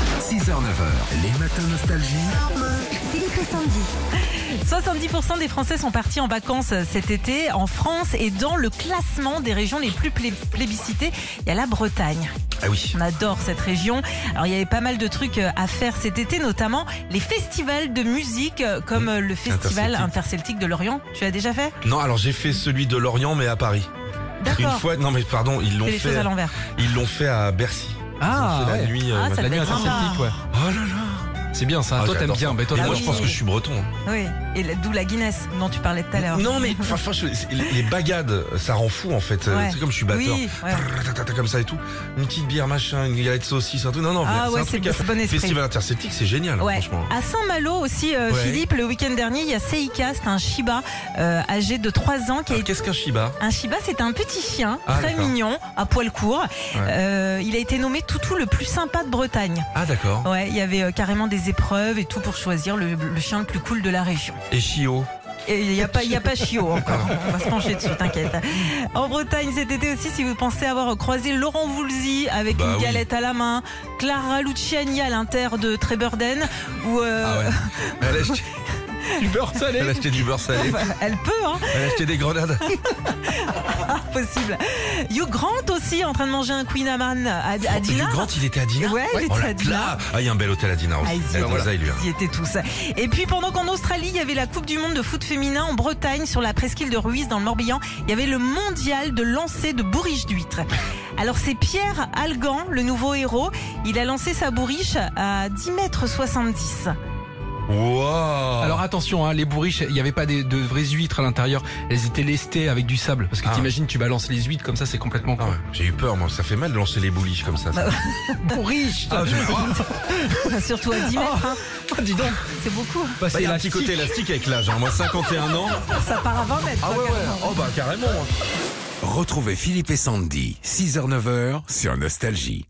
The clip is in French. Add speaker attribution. Speaker 1: 6h, 9h, les matins nostalgie.
Speaker 2: Philippe et Sandy.
Speaker 3: 70% des Français sont partis en vacances euh, cet été en France et dans le classement des régions les plus plé- plébiscitées, il y a la Bretagne.
Speaker 1: Ah oui.
Speaker 3: On adore cette région. Alors il y avait pas mal de trucs euh, à faire cet été, notamment les festivals de musique euh, comme le festival
Speaker 1: Interceltique.
Speaker 3: interceltique de Lorient. Tu as déjà fait
Speaker 1: Non, alors j'ai fait celui de Lorient, mais à Paris. Une
Speaker 3: D'accord.
Speaker 1: fois, non mais pardon, ils l'ont
Speaker 3: Fais les choses à
Speaker 1: fait.
Speaker 3: l'envers.
Speaker 1: Ils l'ont fait à Bercy.
Speaker 4: Ah,
Speaker 1: Ils ont fait la
Speaker 4: ouais.
Speaker 1: nuit. euh,
Speaker 3: Ah, ça
Speaker 4: La nuit
Speaker 3: devait
Speaker 4: à
Speaker 3: être sympa.
Speaker 4: Saint-Celtic, ouais.
Speaker 1: Oh là là.
Speaker 4: C'est bien ça.
Speaker 1: Ah,
Speaker 4: toi, t'aimes
Speaker 1: j'adore
Speaker 4: bien.
Speaker 1: ça.
Speaker 4: mais toi,
Speaker 1: Et
Speaker 4: t'aimes
Speaker 1: moi,
Speaker 4: bien.
Speaker 1: je pense que je suis breton. hein.
Speaker 3: Oui, et la- d'où la Guinness dont tu parlais tout à l'heure.
Speaker 1: Non mais franchement, je- c'est- les bagades, ça rend fou en fait. Euh,
Speaker 3: Ouais.
Speaker 1: C'est comme je suis batteur.
Speaker 3: Oui, ouais.
Speaker 1: Tatatata, Comme ça et tout. Une petite bière machin, une galette saucisse, un tout. Non non.
Speaker 3: Ah
Speaker 1: c'est
Speaker 3: ouais,
Speaker 1: un
Speaker 3: c'est
Speaker 1: truc à
Speaker 3: c'est bon
Speaker 1: faire.
Speaker 3: esprit.
Speaker 1: Festival interceltique, c'est génial. hein,
Speaker 3: Ouais. Ah,
Speaker 1: Franchement.
Speaker 3: À Saint-Malo aussi, euh,
Speaker 1: Ouais.
Speaker 3: Philippe, le week-end dernier, il y a Seika, c'est un Shiba euh, âgé de 3 ans qui a
Speaker 1: Alors,
Speaker 3: été...
Speaker 1: Ah, Qu'est-ce qu'un Shiba
Speaker 3: Un Shiba, c'est un petit chien,
Speaker 1: Ah,
Speaker 3: très
Speaker 1: d'accord.
Speaker 3: mignon, à poil court.
Speaker 1: Ouais.
Speaker 3: Euh, il a été nommé Toutou le plus sympa de Bretagne.
Speaker 1: Ah d'accord.
Speaker 3: Ouais, il y avait euh, carrément des épreuves et tout pour choisir le, le chien le plus cool de la région.
Speaker 1: Et Chio.
Speaker 3: Et il n'y a pas, il y a pas chiot encore. On va se pencher dessus, t'inquiète. En Bretagne cet été aussi, si vous pensez avoir croisé Laurent Voulzy avec
Speaker 1: Bah
Speaker 3: une
Speaker 1: oui.
Speaker 3: galette à la main, Clara Luciani à l'inter de Tréberden, ou
Speaker 1: Ah
Speaker 3: euh,
Speaker 1: ouais. Elle a acheté-
Speaker 4: Du beurre salé.
Speaker 1: elle a acheté du beurre salé.
Speaker 3: elle peut, hein,
Speaker 1: Elle a acheté des grenades.
Speaker 3: possible. Hugh Grant aussi en train de manger un Queen Amman à, à
Speaker 1: Du
Speaker 3: Dinard.
Speaker 1: Grand, il était à Dinard.
Speaker 3: Ouais, il était
Speaker 1: Oh là
Speaker 3: à Dinard.
Speaker 1: là. Ah, il y a un bel hôtel à Dinard
Speaker 3: Ah,
Speaker 1: aussi.
Speaker 3: ils y
Speaker 1: La
Speaker 3: étaient.
Speaker 1: grisaille, lui, hein.
Speaker 3: Ils y étaient tous. Et puis pendant qu'en Australie, il y avait la Coupe du Monde de foot féminin en Bretagne, sur la presqu'île de Ruiz, dans le Morbihan, il y avait le mondial de lancer de bourriche d'huître. Alors c'est Pierre Algan, le nouveau héros. Il a lancé sa bourriche à 10 mètres 70.
Speaker 1: Wow.
Speaker 4: Alors attention, hein, les bourriches, il n'y avait pas des- de vraies huîtres à l'intérieur. Elles étaient lestées avec du sable. Parce que
Speaker 1: Ah.
Speaker 4: t'imagines, tu balances les huîtres comme ça, c'est complètement
Speaker 1: Ah ouais, j'ai eu peur, moi. Ça fait mal de lancer les bouliches comme ça. ça.
Speaker 3: Bah,
Speaker 4: Bourriche
Speaker 1: Ah, j'ai- oh,
Speaker 3: Surtout à 10 mètres, hein.
Speaker 1: Ah,
Speaker 4: Dis donc,
Speaker 3: c'est beaucoup.
Speaker 1: bah, il y a un petit côté élastique avec l'âge. hein. Moi, 51 ans.
Speaker 3: Ça part à 20 mètres.
Speaker 1: Ah ouais, ouais. Oh, bah, carrément. hein.
Speaker 5: Retrouvez Philippe et Sandy, 6h-9h sur Nostalgie.